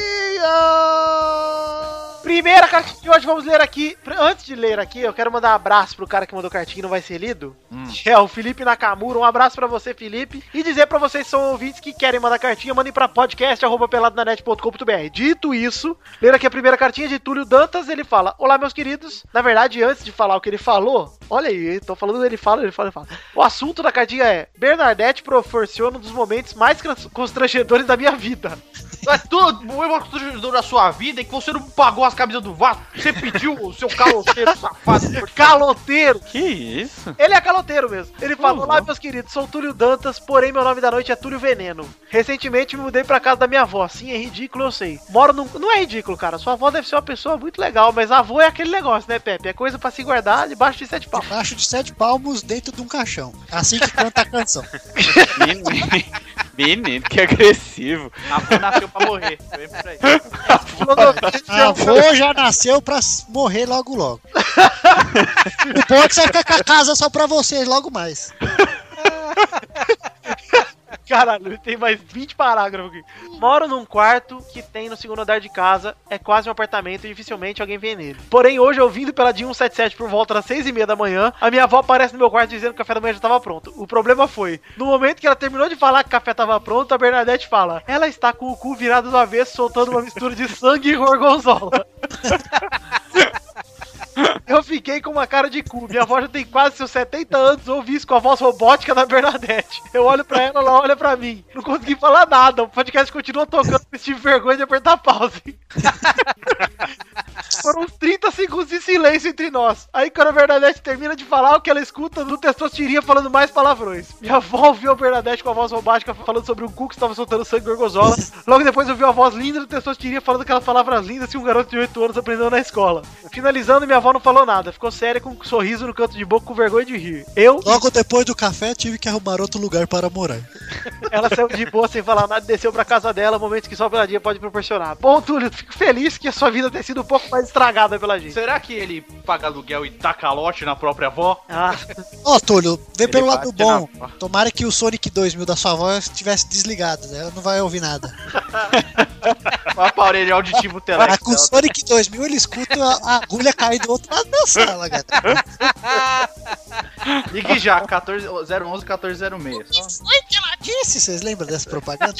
Primeira cartinha de hoje, vamos ler aqui. Pr- Antes de ler aqui, eu quero mandar um abraço pro cara que mandou cartinha que não vai ser lido. Hum. É o Felipe Nakamura. Um abraço pra você, Felipe. E dizer pra vocês que são ouvintes que querem mandar cartinha, mandem pra podcast.peladonanet.com.br. Dito isso, ler aqui a primeira cartinha de Túlio Dantas. Ele fala: Olá, meus queridos. Na verdade, antes de falar o que ele falou, olha aí, tô falando, ele fala, ele fala, ele fala. O assunto da cartinha é: Bernadette proporciona um dos momentos mais cran- constrangedores da minha vida. Mas É tudo o irmão constrangedor da sua vida é que você não pagou as camisas do Vasco, você pediu o seu caloteiro safado. Caloteiro! Que isso? Ele é caloteiro mesmo. Ele falou: Olá, meus queridos, sou Túlio Dantas, porém meu nome da noite é Túlio Veneno. Recentemente me mudei pra casa da minha avó. Sim, é ridículo, eu sei. Moro num. Não é ridículo, cara. Sua avó deve ser uma pessoa muito legal, mas a avó é aquele negócio, né, Pepe? É coisa pra se guardar debaixo de sete pau. Abaixo de sete palmos dentro de um caixão. Assim que canta a canção. Menino, que agressivo. Avô nasceu pra morrer. Eu lembro pra ele. A Ah, avô já nasceu pra s- morrer logo logo. o bom é que você fica com a casa só pra vocês logo mais. Caralho, tem mais 20 parágrafos aqui. Moro num quarto que tem no segundo andar de casa, é quase um apartamento e dificilmente alguém vem nele. Porém, hoje, ouvindo pela de 177 por volta das 6 e meia da manhã, a minha avó aparece no meu quarto dizendo que o café da manhã já tava pronto. O problema foi, no momento que ela terminou de falar que o café tava pronto, a Bernadette fala, ela está com o cu virado do avesso, soltando uma mistura de sangue e gorgonzola. Eu fiquei com uma cara de cu. Minha avó já tem quase seus 70 anos, ouvi isso com a voz robótica da Bernadette. Eu olho pra ela, ela olha pra mim. Não consegui falar nada. O podcast continua tocando, mas tive vergonha de apertar pause. Foram uns 30 segundos de silêncio entre nós. Aí quando a Bernadette termina de falar, o que ela escuta no testosterinha falando mais palavrões. Minha avó ouviu a Bernadette com a voz robótica falando sobre um cu que estava soltando sangue gorgonzola. Logo depois ouviu a voz linda do testosterinha falando aquelas palavras lindas que um garoto de 8 anos aprendeu na escola. Finalizando, minha avó não falou nada. Ficou séria com um sorriso no canto de boca com vergonha de rir. Eu, Logo depois do café, tive que arrumar outro lugar para morar. ela saiu de boa sem falar nada e desceu pra casa dela, momentos que só a peladinha pode proporcionar. Bom, Túlio, fico feliz que a sua vida tenha sido um pouco mais estragada pela gente. Será que ele paga aluguel e dá calote na própria avó? Ah, Ó, Túlio, vê Ele pelo lado bate bom. na- Tomara que o Sonic 2000 da sua avó estivesse desligado, né? Ela não vai ouvir nada. O aparelho auditivo Mas Telex. com o Sonic 2000 ele escuta a a agulha cair do outro lado da sala, cara. Ligue já, 14, 011 1406. Só. Oi, Peladice, Ah, vocês lembram dessa propaganda?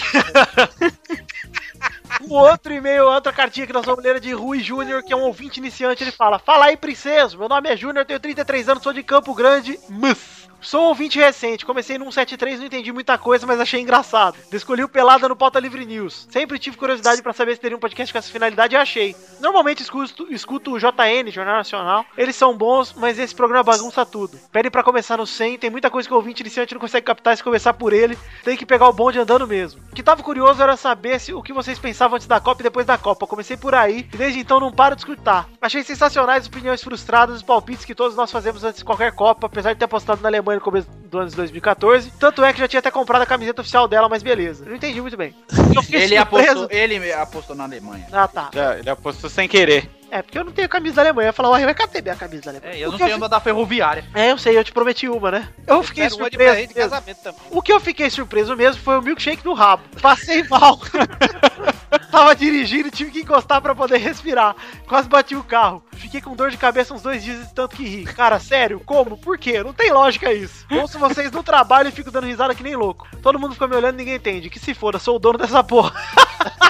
O Um outro e-mail, outra cartinha que nós vamos ler é de Rui Júnior, que é um ouvinte iniciante. Ele fala: Fala aí, princeso. Meu nome é Júnior, tenho 33 anos, sou de Campo Grande, mas. Sou um ouvinte recente, comecei no 173, não entendi muita coisa, mas achei engraçado. Descolhi o Pelada no Pauta Livre News. Sempre tive curiosidade pra saber se teria um podcast com essa finalidade e achei. Normalmente escuto, escuto o JN, Jornal Nacional. Eles são bons, mas esse programa bagunça tudo. Pedem pra começar no 100, tem muita coisa que o ouvinte iniciante não consegue captar se começar por ele. Tem que pegar o bonde andando mesmo. O que tava curioso era saber se, o que vocês pensavam antes da Copa e depois da Copa. Eu comecei por aí e desde então não paro de escutar. Achei sensacionais as opiniões frustradas, os palpites que todos nós fazemos antes de qualquer Copa, apesar de ter apostado na Alemanha no começo do ano de 2014. Tanto é que já tinha até comprado a camiseta oficial dela, mas beleza. Não entendi muito bem. Eu fiquei Ele surpreso. apostou, ele apostou na Alemanha. Ah, tá. Já, ele apostou sem querer. É, porque eu não tenho camisa da Alemanha. Eu falava, "Ah, vai cadê minha camisa da Alemanha? É, eu O não que tenho uma da ferroviária. É, eu sei, eu te prometi uma, né? Eu fiquei um Quero uma de surpreso. presente de mesmo. casamento também. O que eu fiquei surpreso mesmo foi o milkshake no rabo. Passei mal. Tava dirigindo e tive que encostar pra poder respirar. Quase bati o carro. Fiquei com dor de cabeça uns dois dias de tanto que ri. Cara, sério? Como? Por quê? Não tem lógica isso. Ouço vocês no trabalho e fico dando risada que nem louco. Todo mundo fica me olhando e ninguém entende. Que se foda, sou o dono dessa porra.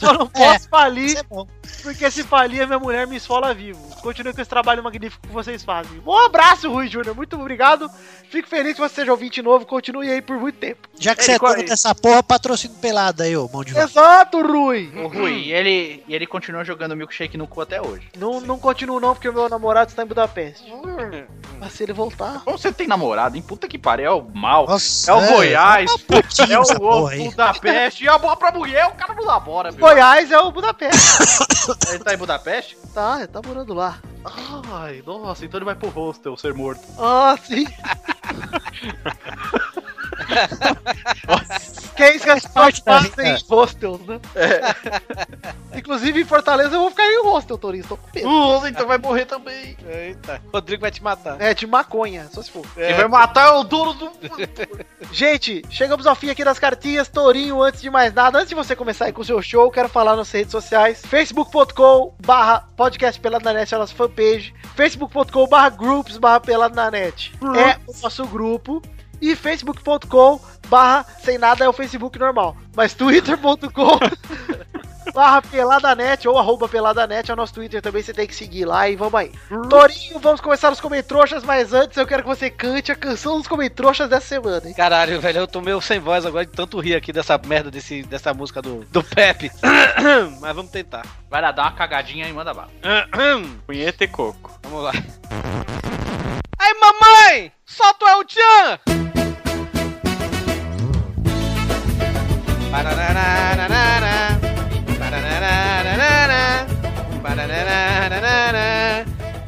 Só não posso falir, é porque se falir, a minha mulher me esfola vivo. Continue com esse trabalho magnífico que vocês fazem. Um abraço, Rui Júnior. Muito obrigado. Fico feliz que você seja ouvinte novo. Continue aí por muito tempo. Já que você é dono dessa porra, patrocínio pelada aí, ô mão É de vó. Exato, Rui. O Hum. Rui, e ele, e ele continua jogando milkshake no cu até hoje. Não, não continuo não, porque o meu namorado está em Budapeste. Mas se ele voltar... Como você tem namorado, hein? Puta que pariu, é o mal. Nossa, é o é, Goiás, putinha é essa o porra aí. outro da peste. E a bola pra mulher, o cara não dá bora, meu. Goiás é o Budapeste. Ele tá em Budapeste? tá, ele tá morando lá. Ai, nossa, então ele vai pro hostel ser morto. Ah, sim. que é isso que as pessoas fazem em hostels, né? Inclusive em Fortaleza eu vou ficar em hostel, Torinho. Tô com O medo. Rose então vai morrer também. Eita, Rodrigo vai te matar. É, de maconha, só se for. Quem vai matar é o dono do. Gente, chegamos ao fim aqui das cartinhas. Torinho, antes de mais nada, antes de você começar aí com o seu show, quero falar nas redes sociais. facebook.com barra podcast pelado na net, é a nossa fanpage. facebook.com barra groups barra pelado na net. É o nosso grupo. E facebook.com barra sem nada é o Facebook normal. Mas twitter.com barra peladanet ou arroba peladanet é o nosso Twitter também, você tem que seguir lá e vamos aí. Hum. Torinho, vamos começar os comentroxas, mas antes eu quero que você cante a canção dos comentroxas dessa semana, hein? Caralho, velho, eu tô meio sem voz agora de tanto rir aqui dessa merda desse, dessa música do, do Pepe. Mas vamos tentar. Vai lá, dá uma cagadinha e manda bala. Punheta e coco. Vamos lá. Ai, mamãe! Solta o El Chan! Paranarararara, paranarararara, paranarararara,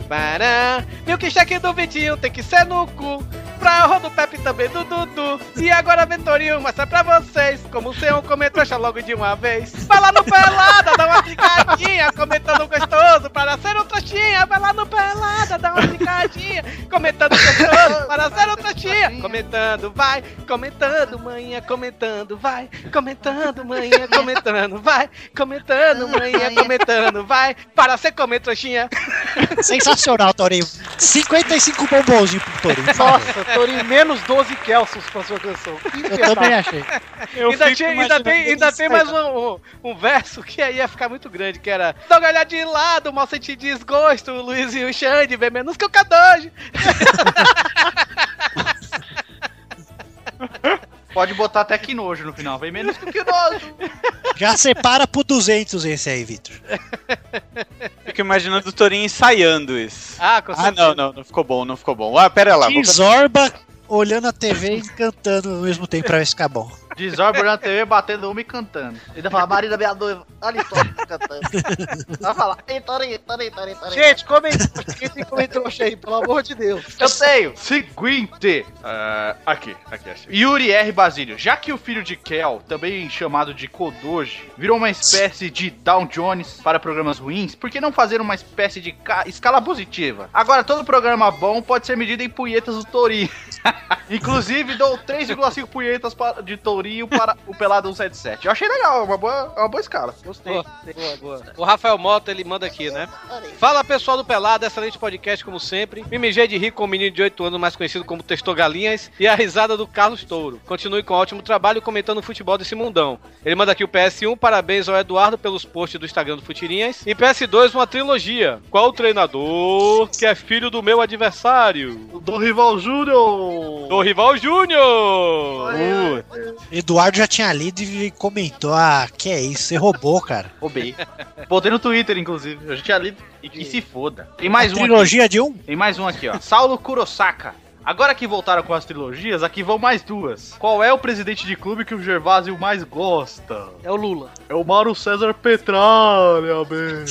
pará. Milkshake do Vitinho tem que ser no cu. pra Rodo Pepe também do Dudu. E agora a Ventorinho mostra pra vocês como o Seon comentou já logo de uma vez. Vai lá no Pelada, dá uma picadinha, comentando gostoso para ser um trouxinha. Vai lá no Pelada, dá uma picadinha, comentando gostoso para ser um trouxinha. Comentando, vai, comentando, manhã, comentando, vai, comentando, manhã, comentando, vai, comentando, manhã, comentando, vai, para ser comer trouxinha. Sensacional, Torinho. 55 bombonzinhos pro Torinho. Nossa, Torinho, menos 12 Kelsos pra sua canção. Eu também achei. Eu ainda, tinha- ainda tem, ainda tem mais um, um- um verso que aí ia ficar muito grande, que era Dá uma olhada de lado, mal sentir desgosto, o Luiz e o Xande, vê menos que o Kadoji. Pode botar até que nojo no final, vem menos que o que nojo. Já separa pro 200 esse aí, Vitor. Fico imaginando o Torinho ensaiando isso. Ah, não, não, não ficou bom, não ficou bom. Ah, pera Tá lá. vou- Desorba olhando a TV e cantando ao mesmo tempo pra ver se ficar bom. Desórbito na TV, batendo uma e cantando. Ainda fala, Marina, minha noiva. Olha só, tá cantando. Vai falar. Ei, Torinho, Torinho, Torinho, Torinho. Gente, comenta. Quem tem trouxa aí, pelo amor de Deus. Eu tenho. Seguinte. ah, aqui, aqui, achei. Yuri R. Basílio. Já que o filho de Kel, também chamado de Kodoji, virou uma espécie de Down Jones para programas ruins, por que não fazer uma espécie de ca- escala positiva? Agora, todo programa bom pode ser medido em punhetas do Torinho. Inclusive, dou 3,5 punhetas pa- de Tourinho para o Pelado 177. Eu achei legal, é uma boa, é uma boa escala. Gostei. Boa, boa, boa. O Rafael Mota, ele manda aqui, né? Fala pessoal do Pelado, excelente podcast como sempre. Me mijei de rir com o menino de 8 anos, mais conhecido como Testou Galinhas, e a risada do Carlos Touro. Continue com um ótimo trabalho comentando o futebol desse mundão. Ele manda aqui o PS1, parabéns ao Eduardo pelos posts do Instagram do Futirinhas. E PS2, uma trilogia. Qual o treinador que é filho do meu adversário? Do Rival Júnior! Do Rival Júnior! Uh, Eduardo já tinha lido e comentou: Ah, que é isso? Você roubou, cara. Roubei. Botei no Twitter, inclusive. Eu já tinha lido. E que se foda. Tem mais A um. trilogia aqui. de um? Tem mais um aqui, ó. Saulo Kurosaka. Agora que voltaram com as trilogias, aqui vão mais duas. Qual é o presidente de clube que o Gervásio mais gosta? É o Lula. É o Mauro César Petralha, bem.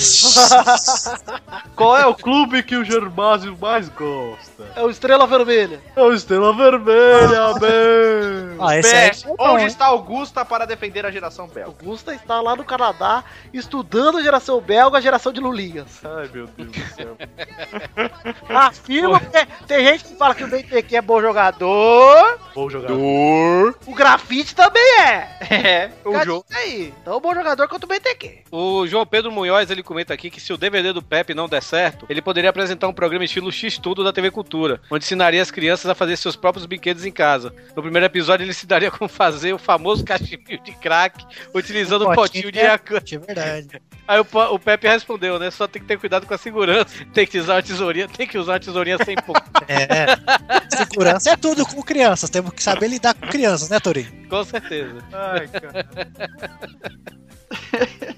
Qual é o clube que o Gervásio mais gosta? É o Estrela Vermelha. É o Estrela Vermelha, bem. Ah, esse É. aí PES, foi bom, onde hein? está Augusta para defender a geração belga? Gusta está lá no Canadá estudando a geração belga, a geração de Lulinhas. Ai, meu Deus do céu. Afirma porque tem gente que fala que o BTQ é bom jogador. Bom jogador. Dor. O grafite também é. É, o jogo. aí. Então, bom jogador quanto o BTQ. O João Pedro Munhoz ele comenta aqui que se o DVD do Pepe não der certo, ele poderia apresentar um programa estilo X Tudo da TV Cultura, onde ensinaria as crianças a fazer seus próprios brinquedos em casa. No primeiro episódio ele ensinaria como fazer o famoso cachimbo de crack utilizando o potinho de Yakult. É verdade. Aí o, Pa- o Pepe respondeu, né? Só tem que ter cuidado com a segurança. Tem que usar uma tesourinha, tem que usar uma tesourinha sem ponta. É. Segurança é tudo com crianças. Temos que saber lidar com crianças, né, Torinho? Com certeza. Ai, cara.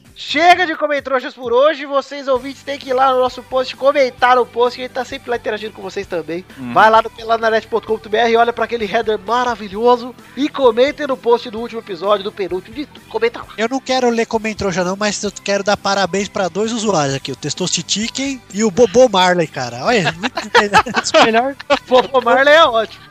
Chega de comentroxas por hoje. Vocês ouvintes têm que ir lá no nosso post, comentar o post, que a gente tá sempre lá interagindo com vocês também. Uhum. Vai lá no peladanet.com.br, olha pra aquele header maravilhoso e comentem no post do último episódio, do penúltimo, de tudo. Comenta lá. Eu não quero ler comentroja, não, mas eu quero dar parabéns pra dois usuários aqui: o Testostitiken e o Bobo Marley, cara. Olha, muito melhor. melhor Bobo Marley é ótimo.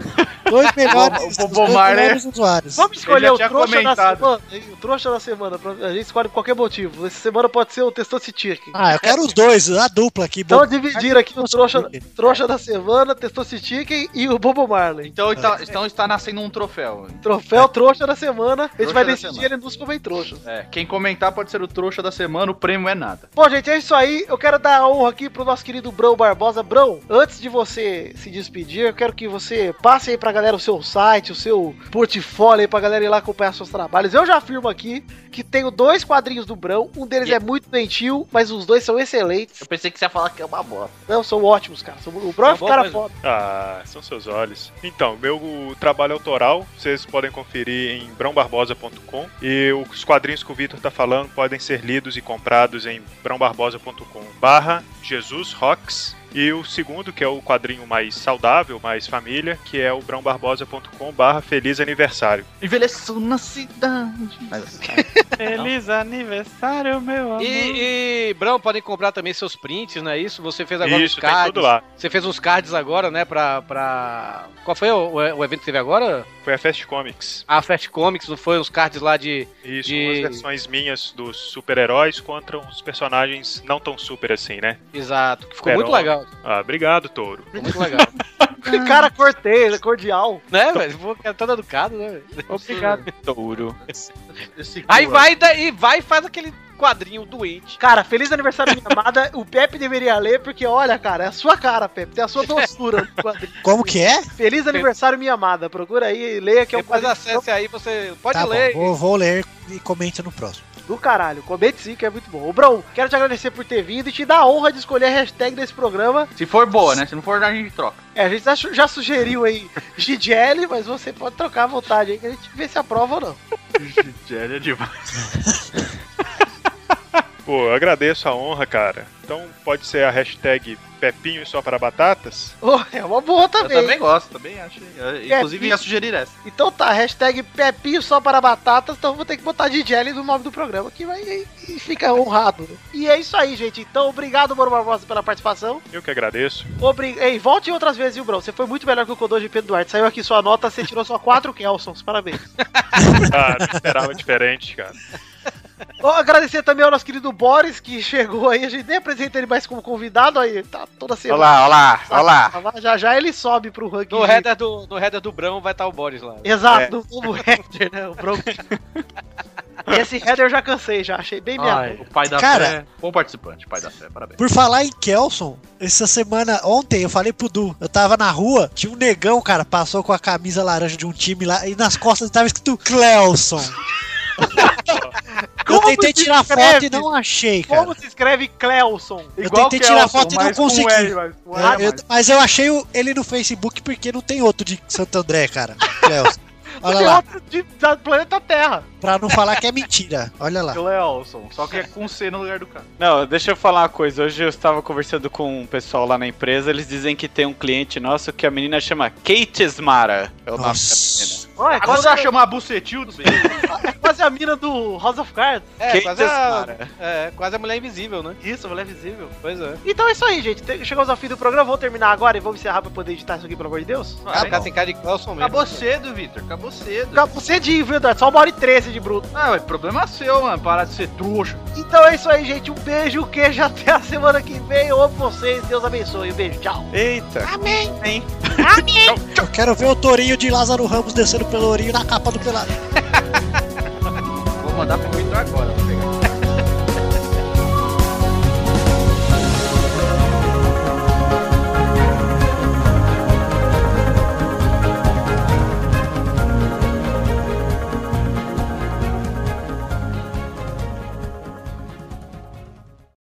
Dois melhores, Bobo os dois Marley. melhores usuários. Vamos escolher o tinha trouxa comentado. da semana. hein? O trouxa da semana. pra- A gente escolhe por qualquer motivo. Essa semana pode ser o Testostitiken. Ah, eu quero os dois, a dupla aqui. Então Bobo- dividir aqui o trouxa, trouxa da semana, Testostitiken e o Bobo Marley. Então, então, então está nascendo um troféu. Troféu trouxa da semana. A gente É. Trouxa vai da decidir semana. ele nos comem trouxas. É, quem comentar pode ser o trouxa da semana, o prêmio é nada. Bom, gente, é isso aí. Eu quero dar a honra aqui pro nosso querido Brão Barbosa. Brão, antes de você se despedir, eu quero que você passe aí pra galera o seu site, o seu portfólio aí pra galera ir lá acompanhar seus trabalhos. Eu já afirmo aqui que tenho dois quadrinhos do Brão. Um deles é muito doentio, mas os dois são excelentes. Eu pensei que você ia falar que é uma bosta. Não, são ótimos, cara. São- O Brão é um Tá bom, cara mas- foda. Ah, são seus olhos. Então, meu trabalho autoral, vocês podem conferir em brãobarbosa.com e os quadrinhos que o Vitor tá falando podem ser lidos e comprados em brãobarbosa.com barra Jesus Rocks E o segundo, que é o quadrinho mais saudável, mais família, que é o brãobarbosa.com barra feliz aniversário. Envelheço na cidade. um Feliz aniversário, meu amor. E, e, Brão, podem comprar também seus prints, não é isso? Você fez agora Isso, uns tem cards. tudo lá. Você fez uns cards agora, né? Pra. pra... Qual foi o, o evento que teve agora? Foi a Fast Comics. A Fast Ah, Comics, não foi? Uns cards lá de. Isso, de- umas versões minhas dos super-heróis contra uns personagens não tão super assim, né? Exato, que ficou Herói. muito legal. Ah, obrigado, Touro. Muito legal. Que cara cortei, cordial. Né, velho? Pô, cara, todo educado, né? velho? Touro. é. Aí vai da- e vai e faz aquele quadrinho doente. Cara, feliz aniversário, minha amada. O Pepe deveria ler, porque olha, cara, é a sua cara, Pepe. Tem a sua doçura no quadrinho. Como que é? Feliz aniversário, minha amada. Procura aí e leia que é um Depois quadrinho acesse aí, você pode tá ler. bom, vou, vou ler e comento no próximo. do caralho. Comente sim, que é muito bom. Ô, Brão, quero te agradecer por ter vindo e te dar a honra de escolher a hashtag desse programa. Se for boa, né? Se não for, a gente troca. É, a gente já, já sugeriu aí Gigelli, mas você pode trocar à vontade aí que a gente vê se aprova ou não. Gélia demais. Pô, eu agradeço a honra, cara. Então pode ser a hashtag Pepinho só para batatas? Ô, é uma boa Eu também. também gosto, também acho. Eu, inclusive, Pepinho. ia sugerir essa. Então tá, hashtag Pepinho só para batatas, então vou ter que botar Gigelli no nome do programa, que vai e e fica honrado. né? E é isso aí, gente. Então, obrigado, Moro Barbosa, pela participação. Eu que agradeço. Obrig... Ei, volte outras vezes, viu, Brão? Você foi muito melhor que o Kodoji Pedro Duarte. Saiu aqui sua nota, você tirou só quatro Kelsons. Parabéns. Ah, não esperava diferente, cara. Ó, agradecer também ao nosso querido Boris, que chegou aí. A gente nem apresenta ele mais como convidado aí. Tá toda semana. Olá, olá, olá. Já já ele sobe pro ranking. No de- header do, no header do Brão vai estar o Boris lá. Exato, É. no novo header, né? O Brão. Esse header eu já cansei, já. Achei bem Ai, minha. o pai da Cara. fé. Bom participante, pai da fé, parabéns. Por falar em Kelson, essa semana, ontem eu falei pro Du, eu tava na rua, tinha um negão, cara, passou com a camisa laranja de um time lá e nas costas tava escrito Clelson. eu Como tentei se tirar escreve? foto e não achei, cara. Como se escreve Clelson? Eu tentei tirar foto e não consegui. Ah, Eu- eu- mas eu achei o- ele no Facebook porque não tem outro de Santo André, cara. Clelson. Olha Tem lá, outro de, da planeta Terra. pra não falar que é mentira. Olha lá. Cleolson, só que é com C no lugar do cara. Não, deixa eu falar uma coisa. Hoje eu estava conversando com um pessoal lá na empresa. Eles dizem que tem um cliente nosso que a menina chama Kate Smara. É o nome da né? menina. Olha, Agora você vai chamar a Bucetildo? É quase a mina do House of Cards. É, Quem quase a, desmara? é, quase a mulher invisível, né? Isso, mulher visível. Pois é. Então é isso aí, gente. Te- Chegamos ao fim do programa. Vou terminar agora e vou encerrar pra poder editar isso aqui, pelo amor de Deus. Ah, tá sem cara de Clelson mesmo. Acabou cedo, Vitor, acabou cedo. Acabou cedinho, viu, Eduardo? Só uma hora e 13 de bruto. Ah, mas problema seu, mano, parar de ser trouxa. Então é isso aí, gente. Um beijo, queijo. Até a semana que vem. Eu amo vocês. Deus abençoe. Um beijo. Tchau. Eita. Amém. Hein? Amém. Eu quero ver o tourinho de Lázaro Ramos descendo pelo ourinho na capa do pelado. Vou mandar pro Vitor agora.